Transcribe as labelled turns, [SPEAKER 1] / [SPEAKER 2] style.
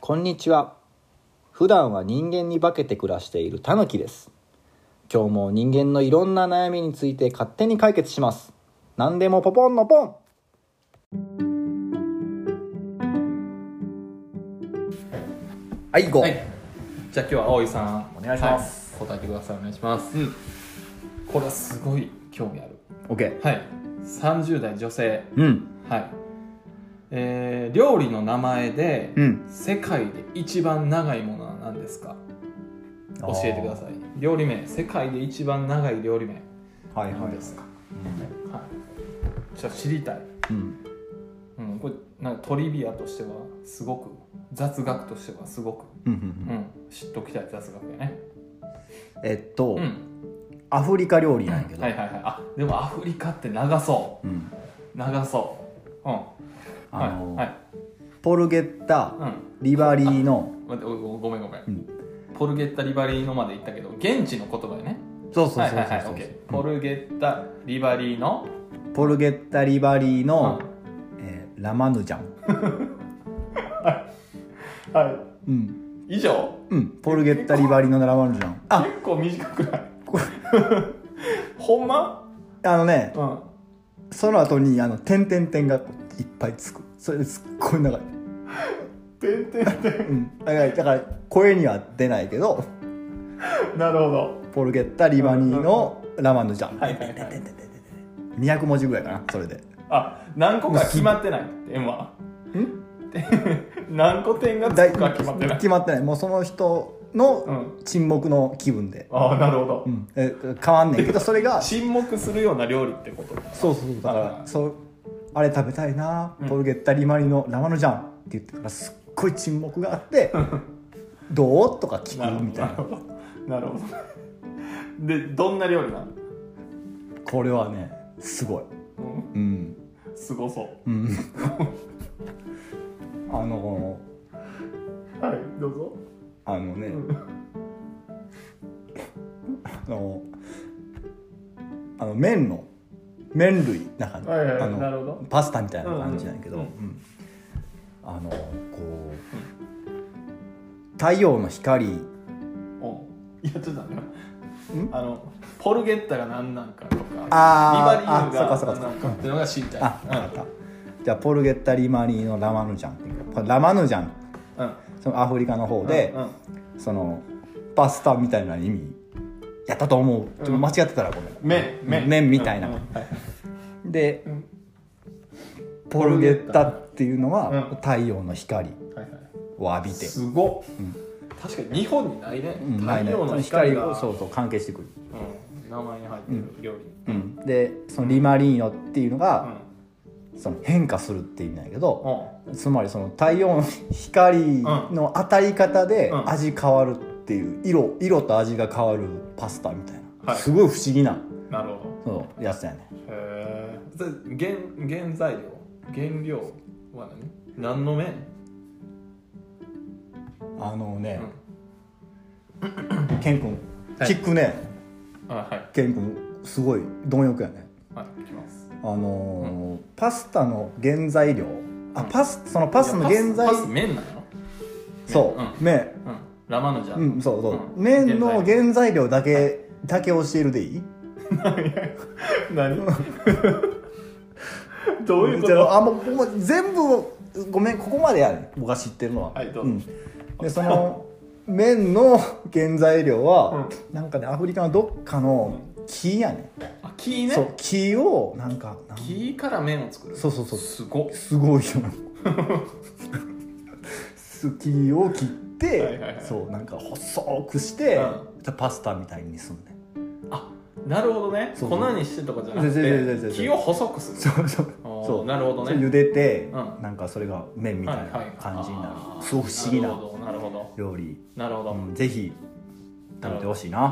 [SPEAKER 1] こんにちは普段は人間に化けて暮らしているタヌキです今日も人間のいろんな悩みについて勝手に解決します何でもポポンのポンはい5、
[SPEAKER 2] はい。じゃあ今日は葵さん
[SPEAKER 1] お願いします、
[SPEAKER 2] はい答えてくださいお願いします。
[SPEAKER 1] うん
[SPEAKER 2] これはすごい興味ある。
[SPEAKER 1] OK
[SPEAKER 2] はい。三十代女性。
[SPEAKER 1] うん
[SPEAKER 2] はい。えー、料理の名前で、
[SPEAKER 1] うん
[SPEAKER 2] 世界で一番長いものは何ですか。教えてください。料理名世界で一番長い料理名
[SPEAKER 1] はいは
[SPEAKER 2] 何
[SPEAKER 1] い
[SPEAKER 2] ですか。はい。じゃあ知りたい。
[SPEAKER 1] うん
[SPEAKER 2] うん。これなんかトリビアとしてはすごく雑学としてはすごく、
[SPEAKER 1] うんうんう
[SPEAKER 2] うんん、知っときたい雑学やね。
[SPEAKER 1] えっと、
[SPEAKER 2] うん。
[SPEAKER 1] アフリカ料理なんやけど、
[SPEAKER 2] はいはいはいあでもアフリカって長そ
[SPEAKER 1] うん、
[SPEAKER 2] う長そううん
[SPEAKER 1] あ
[SPEAKER 2] はい
[SPEAKER 1] の、
[SPEAKER 2] はい
[SPEAKER 1] ポルゲッタ
[SPEAKER 2] うん
[SPEAKER 1] リバリーの、
[SPEAKER 2] 待ってごごめんごめん、
[SPEAKER 1] うん
[SPEAKER 2] ポルゲッタ・リバリーノまで行ったけど現地の言葉よね
[SPEAKER 1] そうそうそう
[SPEAKER 2] はい
[SPEAKER 1] そう
[SPEAKER 2] はいはい
[SPEAKER 1] そ
[SPEAKER 2] オ
[SPEAKER 1] う
[SPEAKER 2] ッケーポルゲッタ・リバリーノ
[SPEAKER 1] ポルゲッタ・リバリーの、
[SPEAKER 2] う
[SPEAKER 1] えーラマヌジャン、
[SPEAKER 2] は
[SPEAKER 1] うん
[SPEAKER 2] い以上
[SPEAKER 1] うん、ポルゲッタ・リバリーのラマヌジャンあ
[SPEAKER 2] 結構短く ないほんま
[SPEAKER 1] あのね
[SPEAKER 2] うん
[SPEAKER 1] その後にあの点々点がいっぱいつくそれですっごい長い、
[SPEAKER 2] てんてんてん
[SPEAKER 1] うん、だからだから声には出ないけど
[SPEAKER 2] なるほど
[SPEAKER 1] ポルゲッタ・リバリーのラマヌジャン、
[SPEAKER 2] はいはいはい
[SPEAKER 1] 点々点々点々200文字ぐらいかなそれ で
[SPEAKER 2] あ何個か決まってない点はん 何個点がつくか決まってない
[SPEAKER 1] 決まってないもうその人
[SPEAKER 2] う
[SPEAKER 1] の
[SPEAKER 2] ん
[SPEAKER 1] 沈黙の気分で、
[SPEAKER 2] ああなるほど、
[SPEAKER 1] うんえ変わんねんけどそれが
[SPEAKER 2] 沈黙するような料理ってこと
[SPEAKER 1] そうそうそうだか
[SPEAKER 2] あ
[SPEAKER 1] らそうあれ食べたいな、
[SPEAKER 2] うん
[SPEAKER 1] ポルゲッタリマリのラマヌジャンって言ってからすっごい沈黙があ って「どう?」とか聞く みたいな
[SPEAKER 2] なるほどなるほどでどんな料理なの、
[SPEAKER 1] これはねすごい
[SPEAKER 2] うん、
[SPEAKER 1] うん
[SPEAKER 2] すごそう
[SPEAKER 1] うん あの
[SPEAKER 2] はいどうぞ、
[SPEAKER 1] あのね、あのあの麺の麺類なんか、
[SPEAKER 2] はいはい
[SPEAKER 1] あの
[SPEAKER 2] なるほど
[SPEAKER 1] パスタみたいな感じなんやけど、
[SPEAKER 2] うんうん
[SPEAKER 1] うんあのこう太陽の光
[SPEAKER 2] おいやちょっと待ってあのポルゲッタが何なんかとか
[SPEAKER 1] あー
[SPEAKER 2] リバリーノ
[SPEAKER 1] あそっかそっか
[SPEAKER 2] が何なんかっていうのが知りたい
[SPEAKER 1] あ分かった、じゃあポルゲッタ・リマリーのラマヌジャンっていうかラマヌジャン
[SPEAKER 2] うんうん
[SPEAKER 1] そのアフリカの方で、
[SPEAKER 2] うん
[SPEAKER 1] そのパスタみたいな意味やったと思うちょっと間違ってたらごめん、
[SPEAKER 2] 麺麺
[SPEAKER 1] 麺みたいな
[SPEAKER 2] うんうんはい
[SPEAKER 1] で、
[SPEAKER 2] うん
[SPEAKER 1] ポルゲッタっていうのは、
[SPEAKER 2] うん
[SPEAKER 1] 太陽の光
[SPEAKER 2] はいは
[SPEAKER 1] を浴び
[SPEAKER 2] い
[SPEAKER 1] て、
[SPEAKER 2] すごっ、
[SPEAKER 1] ん
[SPEAKER 2] 確かに日本にないね、
[SPEAKER 1] うんない
[SPEAKER 2] 太
[SPEAKER 1] ね
[SPEAKER 2] 陽の光が
[SPEAKER 1] をそうそう関係してくる、
[SPEAKER 2] うん、名前に入ってる料理、
[SPEAKER 1] うんでそのリマリーノっていうの
[SPEAKER 2] う
[SPEAKER 1] が、
[SPEAKER 2] ん
[SPEAKER 1] その変化するっていう意味なんやけど、
[SPEAKER 2] うん
[SPEAKER 1] つまりその太陽の光の当たり方で
[SPEAKER 2] うん
[SPEAKER 1] 味変わるっていう色色と味が変わるパスタみたいな、
[SPEAKER 2] はい
[SPEAKER 1] すごい不思議な
[SPEAKER 2] なるほ
[SPEAKER 1] そ
[SPEAKER 2] ど
[SPEAKER 1] のやつやね
[SPEAKER 2] へえ原原材料原料は何何の麺、
[SPEAKER 1] あの
[SPEAKER 2] う
[SPEAKER 1] ね
[SPEAKER 2] ん、、
[SPEAKER 1] ケン君、
[SPEAKER 2] はい
[SPEAKER 1] 聞くね
[SPEAKER 2] あはい
[SPEAKER 1] ケン君すごい貪欲やね
[SPEAKER 2] はいいきます
[SPEAKER 1] あのーパスタの原材料あパスそのパスタの原
[SPEAKER 2] いや
[SPEAKER 1] 材
[SPEAKER 2] パスパス麺なの
[SPEAKER 1] そう、
[SPEAKER 2] う
[SPEAKER 1] 麺
[SPEAKER 2] うんラマヌジャ
[SPEAKER 1] うん
[SPEAKER 2] ン、
[SPEAKER 1] そうそう、
[SPEAKER 2] うん
[SPEAKER 1] 麺の原材料だけ、だけ教えるでいい
[SPEAKER 2] 何 どういうこ
[SPEAKER 1] じゃ
[SPEAKER 2] と
[SPEAKER 1] ああもうここ全部をごめんここまでやね僕が知ってるのは
[SPEAKER 2] はいどうぞ
[SPEAKER 1] んでその麺の原材料は、なんかねアフリカのどっかの木やね、
[SPEAKER 2] あ木
[SPEAKER 1] そ
[SPEAKER 2] ね
[SPEAKER 1] う木をなんかなん
[SPEAKER 2] 木から麺を作る
[SPEAKER 1] そうそうそう
[SPEAKER 2] すごっ
[SPEAKER 1] すごいよす木を切って、
[SPEAKER 2] はいはいはい
[SPEAKER 1] そうなんか細くして、じ
[SPEAKER 2] う
[SPEAKER 1] ゃあパスタみたいにすんね
[SPEAKER 2] あなるほどね
[SPEAKER 1] そうそう
[SPEAKER 2] 粉にしてとかじゃな
[SPEAKER 1] 全然全
[SPEAKER 2] く
[SPEAKER 1] 然
[SPEAKER 2] て木を細くする
[SPEAKER 1] そうそう
[SPEAKER 2] あー
[SPEAKER 1] そう
[SPEAKER 2] なるほど
[SPEAKER 1] そ
[SPEAKER 2] ね
[SPEAKER 1] れ茹でて、
[SPEAKER 2] うん
[SPEAKER 1] なんかそれが麺みたいな感じになる、
[SPEAKER 2] あー
[SPEAKER 1] すごく不思議な
[SPEAKER 2] るほどなるほど
[SPEAKER 1] 料理
[SPEAKER 2] なるほど、
[SPEAKER 1] うん、ぜひ食べてほしいな。